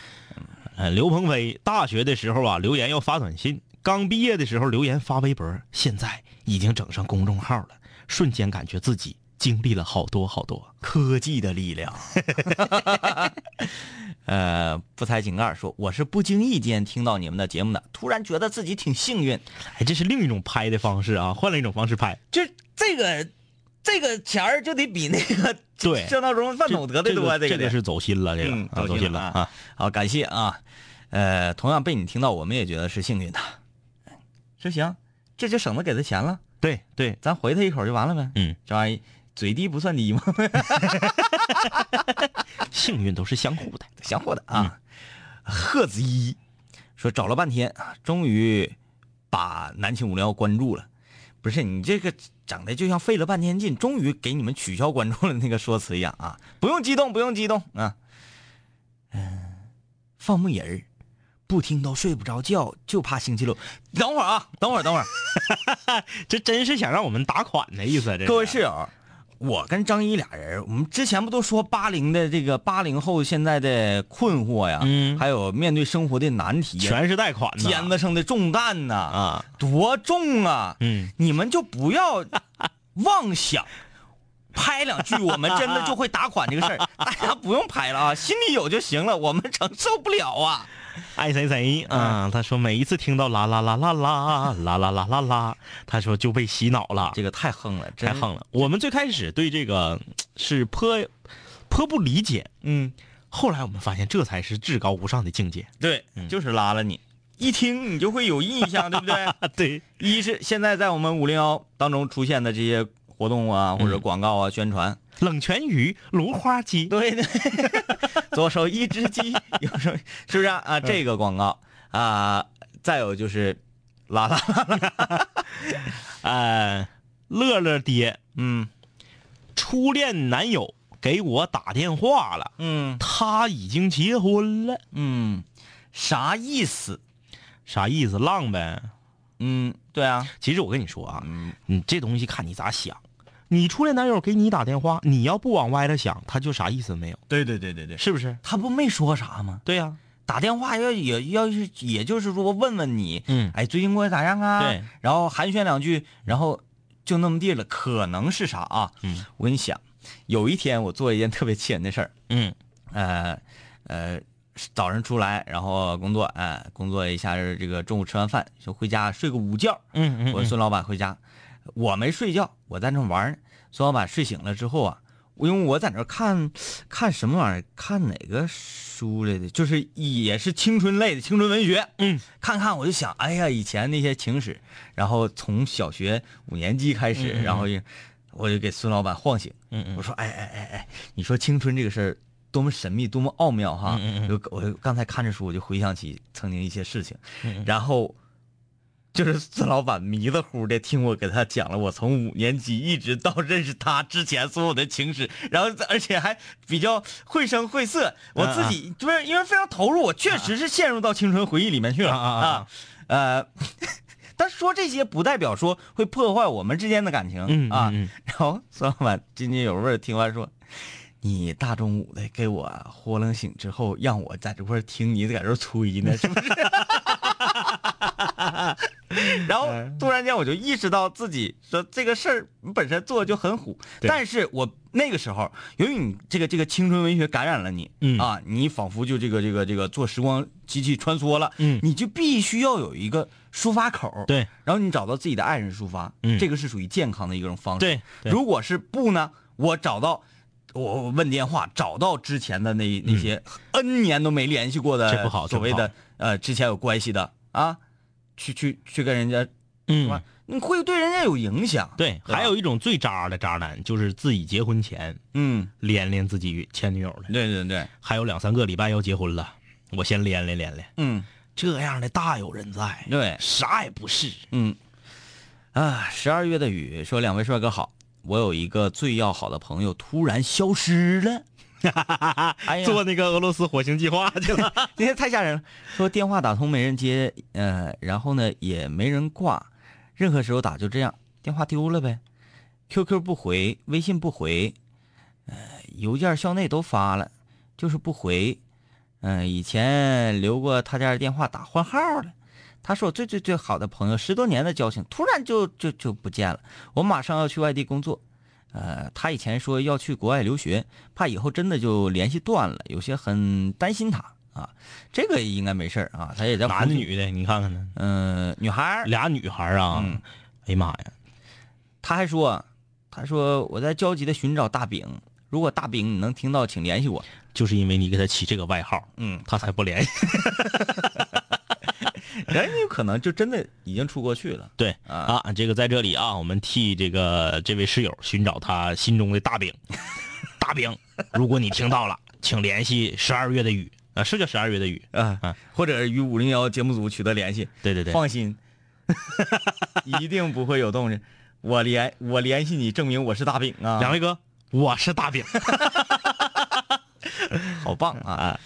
呃，刘鹏飞大学的时候啊，留言要发短信；刚毕业的时候留言发微博，现在已经整上公众号了，瞬间感觉自己经历了好多好多。科技的力量。呃，不猜井盖儿说，我是不经意间听到你们的节目的，突然觉得自己挺幸运。哎，这是另一种拍的方式啊，换了一种方式拍。就这个这个钱儿就得比那个对相当中饭桶得的多，啊这个个是是走心了，这个嗯啊走走心心了了啊啊。好，感谢啊，呃，同样被你听到，我们也觉得是幸运的。说行，这就省得给他钱了，对对，咱回他一口就完了呗。嗯，这玩意嘴低不算低嘛，幸运都是相互的。 想火的啊。贺子一说找了半天啊，终于把南秦五零幺关注了。不是你这个整的就像费了半天劲，终于给你们取消关注了那个说辞一样啊！不用激动，不用激动啊！嗯，放牧人儿不听都睡不着觉，就怕星期六。等会儿啊，等会儿，等会儿，这真是想让我们打款的意思啊，这是各位室友，我跟张一俩人，我们之前不都说八零的这个八零后现在的困惑呀，嗯还有面对生活的难题呀，全是贷款的，肩子上的重担呐啊啊，多重啊！嗯，你们就不要妄 想拍两句，我们真的就会打款这个事儿，大家不用拍了啊，心里有就行了，我们承受不了啊。爱谁谁啊。他说每一次听到啦啦啦啦啦啦啦啦啦啦，他说就被洗脑了，这个太横了，真太横了。我们最开始对这个是颇颇不理解，嗯，后来我们发现这才是至高无上的境界对，嗯就是拉了你，一听你就会有印象，对不对？ 啊！对，一是现在在我们五零幺当中出现的这些活动啊，或者广告啊、宣传， 冷泉鱼、芦花 鸡，对对，左手一只鸡，右手是不是啊？啊这个广告啊，再有就是拉拉，呃，乐乐爹嗯初恋男友给我打电话了，嗯他已经结婚了，嗯，啥意思？啥意思？浪呗。嗯，对啊，其实我跟你说啊，嗯你这东西看你咋想。你初恋男友给你打电话，你要不往歪了想，他就啥意思没有，对对对对对，是不是？他不没说啥吗？对呀、打电话要也要是，也就是说问问你，嗯哎，最近过得咋样啊？对，然后寒暄两句，然后就那么地了，可能是啥啊？嗯，我跟你讲，有一天我做一件特别气人的事儿，嗯呃呃，早上出来，然后工作，哎、工作一下，这个中午吃完饭就回家睡个午觉。嗯我孙老板回家，我没睡觉，我在那玩呢。孙老板睡醒了之后啊，因为我在那看看什么玩意儿，看哪个书来的，就是也是青春类的青春文学。嗯，看看我就想，哎呀，以前那些情史，然后从小学五年级开始，然后就我就给孙老板晃醒。嗯我说，哎哎哎哎，你说青春这个事儿多么神秘，多么奥妙哈！嗯嗯嗯就我刚才看着书，我就回想起曾经一些事情，嗯然后就是孙老板迷了糊的听我给他讲了我从五年级一直到认识他之前所有的情史，然后而且还比较绘声绘啊色，我自己就是因为非常投入，我确实是陷入到青春回忆里面去了啊啊啊啊呃。但说这些不代表说会破坏我们之间的感情、嗯啊。嗯嗯 然后孙老板津津有味儿听完说：“你大中午的给我豁楞醒之后，让我在这块儿听你在这儿吹呢，是不是？” 然后嗯突然间我就意识到自己说这个事儿本身做的就很虎，对但是我那个时候由于你这个这个青春文学感染了你，嗯啊，你仿佛就这个这个这个坐时光机器穿梭了，嗯你就必须要有一个抒发口，对，然后你找到自己的爱人抒发，嗯这个是属于健康的一种方式，对对如果是不呢，我找到。我我问电话找到之前的那那些 N 年都没联系过的，嗯这不好所谓这不好的呃之前有关系的啊，去去去跟人家嗯是吧？你会对人家有影响。对，吧还有一种最渣的渣男，就是自己结婚前嗯，连连自己前女友的，对对对，还有两三个礼拜要结婚了，我先连连连连，嗯这样的大有人在，对啥也不是。嗯，啊，十二月的雨说两位帅哥好，我有一个最要好的朋友突然消失了， 哎 呀，做那个俄罗斯火星计划去了，这太吓人了。说电话打通没人接，呃，然后呢也没人挂，任何时候打就这样，电话丢了呗。QQ 不回，微信不回，呃，邮件校内都发了，就是不回。嗯、以前留过他家的电话，打换号了。他是我最最最好的朋友，十多年的交情，突然就就就不见了。我马上要去外地工作，呃，他以前说要去国外留学，怕以后真的就联系断了，有些很担心他啊。这个应该没事儿啊，他也在 男的胡女的，你看看呢，嗯、女孩儿俩女孩啊，嗯哎呀妈呀，他还说，他说我在焦急的寻找大饼，如果大饼你能听到，请联系我。就是因为你给他起这个外号，嗯，他才不联 系。嗯人家有可能就真的已经出国去了。对啊啊，这个在这里啊，我们替这个这位室友寻找他心中的大 饼。大饼，如果你听到 了，请联系十二月的雨啊，是叫十二月的雨。啊，或者与五零幺节目组取得联系，对对对，放心， 一定不会有动静。我联我联系你，证明我是大饼啊！两位哥，我是大 饼。 好棒啊！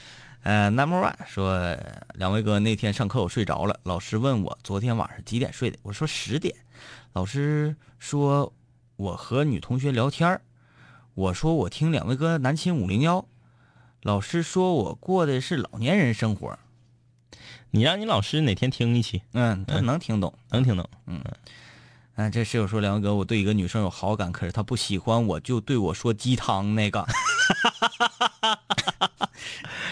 呃，Number One 说，两位哥那天上课我睡着了，老师问我昨天晚上几点睡的，我说十点，老师说我和女同学聊天儿我说我听两位哥南秦五零幺，老师说我过的是老年人生活，你让你老师哪天听一期，嗯，他能听懂。能听懂？嗯，这室友说：“梁文哥，我对一个女生有好感，可是她不喜欢我，就对我说鸡汤那个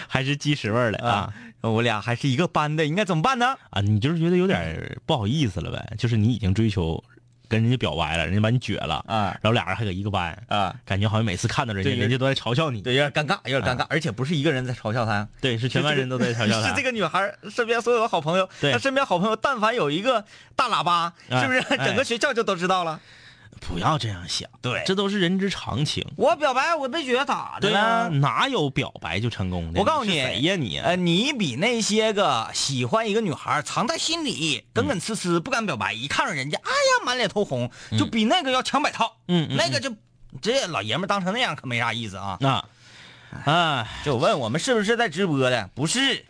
还是鸡屎味儿的啊啊，我俩还是一个班的，应该怎么办呢？啊！你就是觉得有点不好意思了呗，就是你已经追求跟人家表白了，人家把你撅了，啊然后俩人还搁一个班，啊，感觉好像每次看到人家，对人家都在嘲笑你。对，有点尴尬，有点尴尬，而且不是一个人在嘲笑她呀，对，啊是全班人都在嘲笑 他。是这个女孩身边所有的好朋友，对她身边好朋友但凡有一个大喇叭，哎是不是哎整个学校就都知道了？不要这样想，对这都是人之常情。我表白我被学咋的对呀，嗯了？哪有表白就成功的？啊我告诉你你，是谁呀你？呃，你比那些个喜欢一个女孩藏在心里、嗯耿耿呲呲不敢表白，一看着人家，哎呀，满脸通红，就比那个要强百套。嗯嗯嗯那个就这老爷们儿当成那样可没啥意思啊。那啊，就问我们是不是在直播的？不是，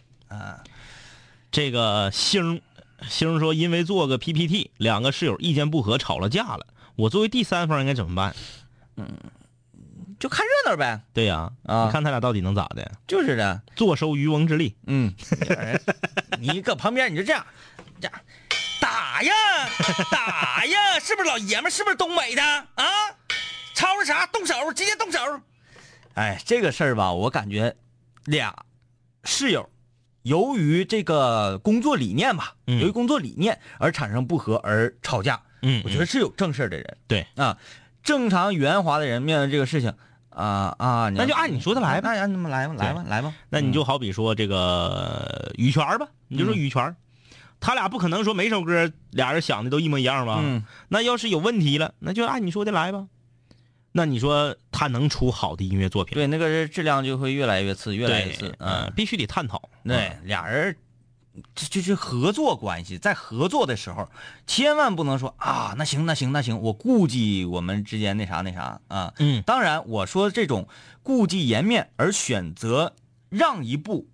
这个星星说，因为做个 PPT，两个室友意见不合吵了架了。我作为第三方应该怎么办？就看热闹呗，对呀、啊你看他俩到底能咋的？就是的。坐收渔翁之利。嗯，你搁旁边你就这样，这样打呀打呀，是不是老爷们儿？是不是东北的啊？吵吵啥？动手，直接动手。哎，这个事儿吧，我感觉俩室友由于这个工作理念吧，嗯由于工作理念而产生不和而吵架。嗯我觉得是有正事儿的人。对啊，正常圆滑的人面对这个事情啊啊，哎那就按你说的来吧那按那么来吧，来吧，来吧。那你就好比说这个羽泉儿吧，你就说羽泉儿，他俩不可能说每首歌俩人想的都一模一样吧？嗯，那要是有问题了，那就按你说的来吧。那你说他能出好的音乐作品？对，那个质量就会越来越次，越对，来越次。嗯呃，，必须得探讨。对嗯，，俩人这就是合作关系，在合作的时候，千万不能说啊，那行那行那行，我顾忌我们之间那啥那啥啊。嗯当然，我说这种顾忌颜面而选择让一步，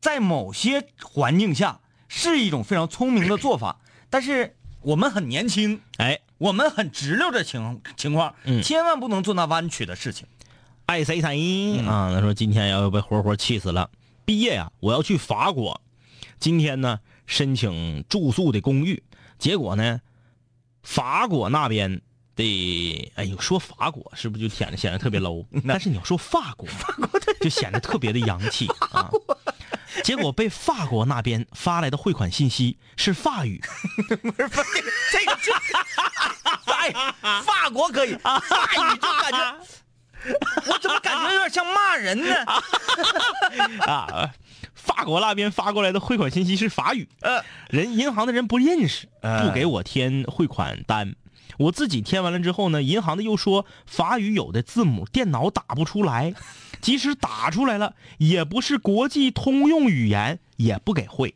在某些环境下是一种非常聪明的做法，但是我们很年轻。哎，我们很直溜的情情况，嗯千万不能做那弯曲的事情。爱谁谁啊！他说今天要被活活气死了。啊毕业呀、我要去法国。今天呢，申请住宿的公寓，结果呢，法国那边的，哎呦，说法国是不是就显得显得特别 low？但是你要说法国，嗯法国就显得特别的洋气啊。结果被法国那边发来的汇款信息是法语，这个这，哎，法国可以，啊法语就感 觉，我怎么感觉有点像骂人呢？啊，法国那边发过来的汇款信息是法语，呃，人银行的人不认识，不给我填汇款单。我自己填完了之后呢，银行的又说法语有的字母电脑打不出来，即使打出来了，也不是国际通用语言，也不给汇。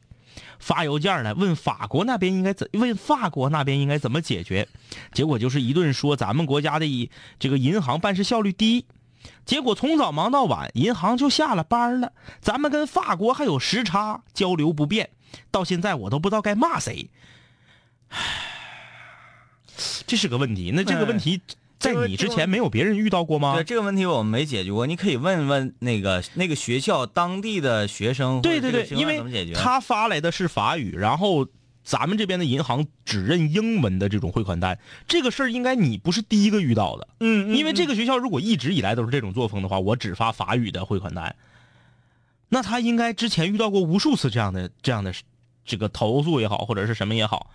发邮件呢，问法国那边应该怎问法国那边应该怎么解决，结果就是一顿说咱们国家的一这个银行办事效率低，结果从早忙到晚，银行就下了班了。咱们跟法国还有时差，交流不便。到现在我都不知道该骂谁。唉，这是个问题。那这个问题在这个你之哎这前个没有别人遇到过吗对？这个问题我们没解决过，你可以问问那个那个学校当地的学生，对或者对这个对，情况因怎么解为决？他发来的是法语，然后咱们这边的银行只认英文的这种汇款单，这个事儿应该你不是第一个遇到的。嗯，嗯因为这个学校如果一直以来都是这种作风的话，我只发法语的汇款单，那他应该之前遇到过无数次这样的这样的这个投诉也好，或者是什么也好，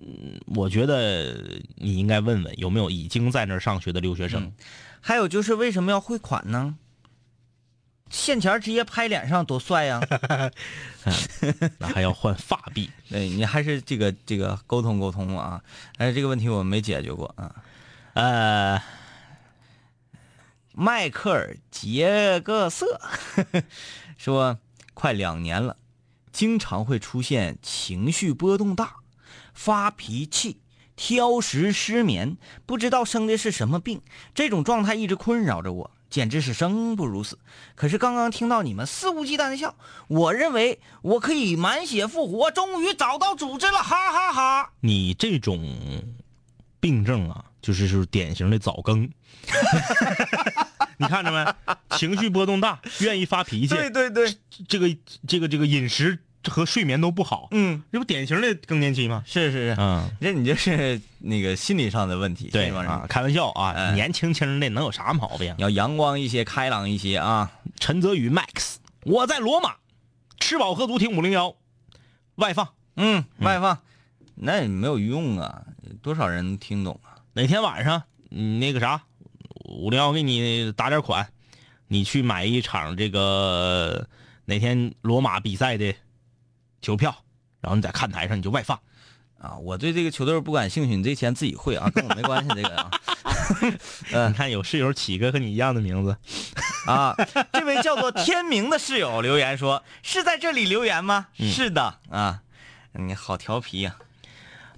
嗯，我觉得你应该问问有没有已经在那儿上学的留学嗯生。还有就是为什么要汇款呢？现钱儿直接拍脸上多帅呀、那还要换发币。对你还是这个这个沟通沟通啊，哎，这个问题我们没解决过啊。呃，迈克尔·杰克瑟 说，快两年了，经常会出现情绪波动大、发脾气、挑食、失眠，不知道生的是什么病。这种状态一直困扰着我，简直是生不如死。可是刚刚听到你们肆无忌惮的笑，我认为我可以满血复活，终于找到组织了，哈哈哈你这种病症啊，就是就是典型的早 更。你看着没？情绪波动大，愿意发脾气，对对，这个这个这个饮食和睡眠都不好，嗯，这不典型的更年期吗？是是是，嗯，这你这是那个心理上的问题，对心理上的问啊，题开玩笑啊，哎年轻轻的能有啥毛病你？要阳光一些，开朗一些啊。陈泽宇 Max，我在罗马，吃饱喝足听五零幺，外放。嗯，外放，那也没有用啊，多少人听懂啊？哪天晚上你那个啥，五零幺给你打点款，你去买一场这个哪天罗马比赛的球票，然后你在看台上你就外放。啊，我对这个球队不感兴趣，你这钱自己汇啊，跟我没关系这个啊。你看有室友起个和你一样的名字，啊，这位叫做天明的室友留言说：“是在这里留言吗？”是的啊，你好调皮啊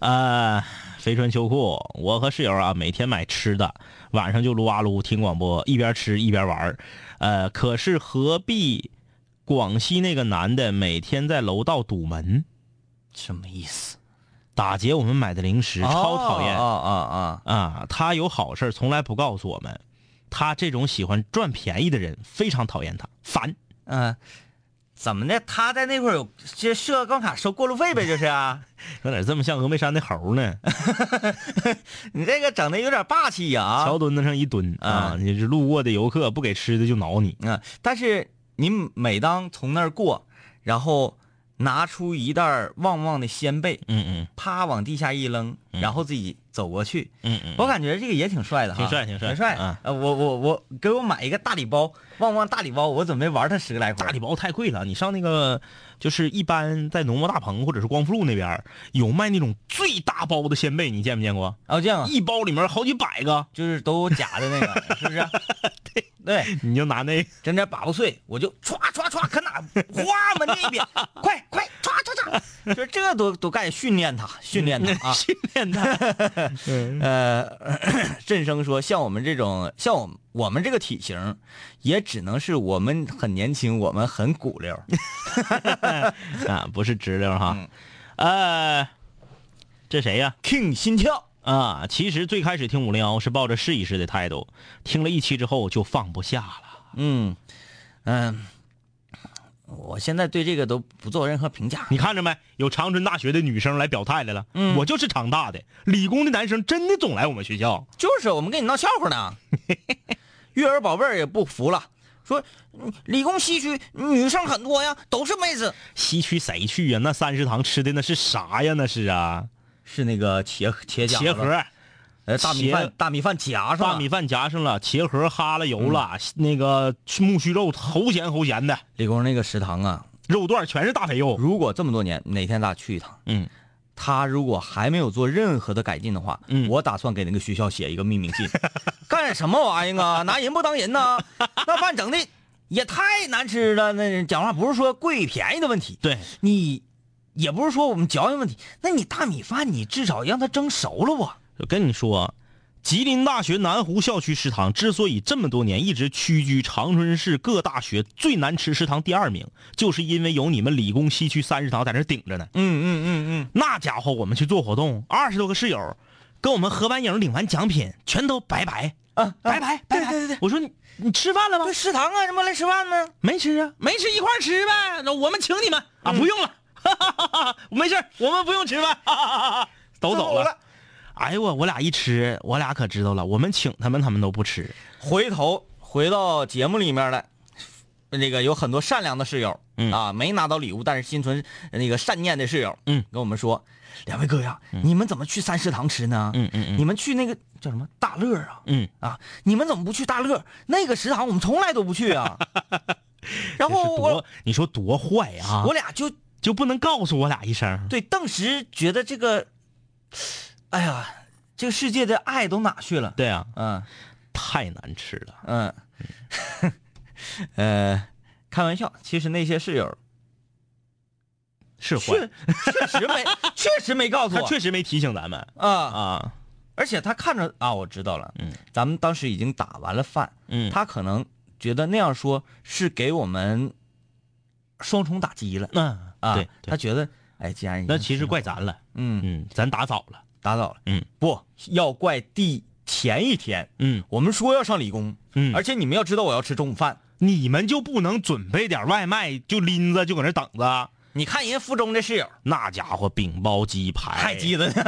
呀、呃，肥穿秋裤，我和室友啊每天买吃的，晚上就撸啊撸听广播，一边吃一边玩儿呃，可是何必广西那个男的每天在楼道堵门，什么意思？打劫我们买的零食，超讨厌啊啊啊！啊！他有好事儿从来不告诉我们，他这种喜欢赚便宜的人非常讨厌他，烦。嗯、怎么的？他在那块儿有这设关卡收过路费呗，就是 啊。有点这么像峨眉山的猴呢，你这个整的有点霸气呀啊！桥墩子上一蹲啊啊，你是路过的游客不给吃的就挠你，嗯，但是您每当从那儿过，然后拿出一袋儿旺旺的鲜贝，嗯嗯啪往地下一扔，然后自己走过去，嗯嗯，我感觉这个也挺帅的哈，挺帅挺帅挺帅。啊呃，我我我给我买一个大礼包，旺旺大礼包，我准备玩它十个来回。大礼包太贵了，你上那个就是一般在农贸大棚或者是光复路那边儿有卖那种最大包的鲜贝，你见没见过？哦然后这样啊一包里面好几百个，就是都假的那 个，是不是？对对，你就拿那真的拔不碎，我就歘歘歘，可哪哗门那边，快快歘歘歘， 就是这都都该训练他， 训练他啊。训练的，呃， 振声说，像我们这种，像我们我们这个体型，也只能是我们很年轻，我们很骨溜儿。 啊，不是直溜哈。呃，这谁呀、 King 心跳，啊？其实最开始听五零幺是抱着试一试的态度，听了一期之后就放不下了。嗯嗯嗯、我现在对这个都不做任何评价。你看着没？有长春大学的女生来表态来了，嗯我就是长大的，理工的男生真的总来我们学校。就是我们跟你闹笑话呢。月儿宝贝儿也不服了，说嗯理工西区女生很多呀，都是妹子。西区谁去呀？那三食堂吃的那是啥呀？那是啊，是那个茄茄饺子茄盒、呃大米茄饭大米饭夹上大了米饭夹上了，茄盒哈了油了，嗯那个木须肉齁咸齁咸的，理工那个食堂啊，肉段全是大肥肉。如果这么多年哪天咱去一趟，嗯，他如果还没有做任何的改进的话，嗯我打算给那个学校写一个命名信，干什么玩意儿啊？拿人不当人呐、那饭整的也太难吃了。那讲话不是说贵便宜的问题，对，你也不是说我们嚼嚼问题，那你大米饭你至少让它蒸熟了啊。我跟你说，吉林大学南湖校区食堂之所以这么多年一直屈居长春市各大学最难吃食堂第二名，就是因为有你们理工西区三食堂在那儿顶着呢。嗯嗯嗯嗯，那家伙，我们去做活动，二十多个室友跟我们合完影领完奖品，全都拜拜，啊拜拜，拜拜。对对对，我说你你吃饭了吗那？食堂啊，怎么来吃饭呢？没吃啊，没吃一块儿吃呗，那我们请你们啊，不用了， 没事儿，我们不用吃饭， 都走了。哎呦我，我俩一吃，我俩可知道了，我们请他们，他们都不吃。回头回到节目里面来，那个有很多善良的室友，嗯啊，没拿到礼物，但是心存那个善念的室友，嗯，跟我们说，两位哥呀，你们怎么去三食堂吃呢？嗯嗯嗯你们去那个叫什么大乐啊？嗯啊，你们怎么不去大乐那个食堂？我们从来都不去 啊。然这是后我多，你说多坏啊！我俩就就不能告诉我俩一声？对顿时觉得这个，哎呀，这个世界的爱都哪去了？对啊，嗯。太难吃了。 嗯，呃，开玩笑，其实那些室友是坏，确确实 没确实没告诉他我确实没提醒咱们啊，啊。而且他看着啊，我知道了，嗯，咱们当时已经打完了饭，嗯，他可能觉得那样说是给我们双重打击了嗯啊，对，他对觉得哎，既然已那经其实怪咱了。嗯嗯，咱打早了。打倒了，嗯，不要怪第前一天，嗯我们说要上理工，嗯而且你们要知道我要吃中午饭，你们就不能准备点外卖，就拎着就搁那等着？你看人家附中这室友。那家伙饼包鸡排，还记得呢。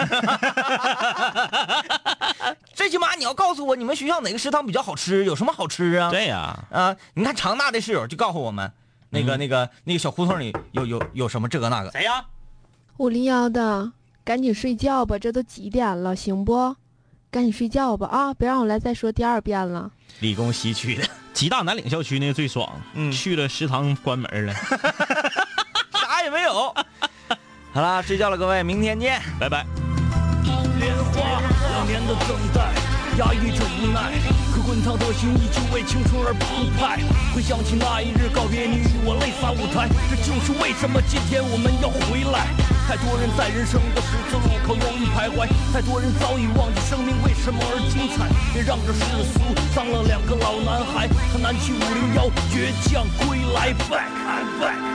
最起码你要告诉我你们学校哪个食堂比较好吃，有什么好吃啊？对呀、啊，你看长大的室友就告诉我们，那个、那个那个小胡同里有有有什么这个那个。谁呀、五零幺的，赶紧睡觉吧，这都几点了，行不？赶紧睡觉吧啊！别让我来再说第二遍了。理工西区的，吉大南岭校区那个最爽，嗯去了食堂关门了，啥也没 有。好啦，睡觉了，各位，明天见。拜拜。莲花，两年的等待，压抑着无奈，可滚烫的心依旧为青春而澎湃。回想起那一日告别你与我泪洒舞台，这就是为什么今天我们要回来。太多人在人生的十字路口犹豫徘徊，太多人早已忘记生命为什么而精彩，也让这世俗伤了两个老男孩。他南去五零幺，倔强归来，back I'm back。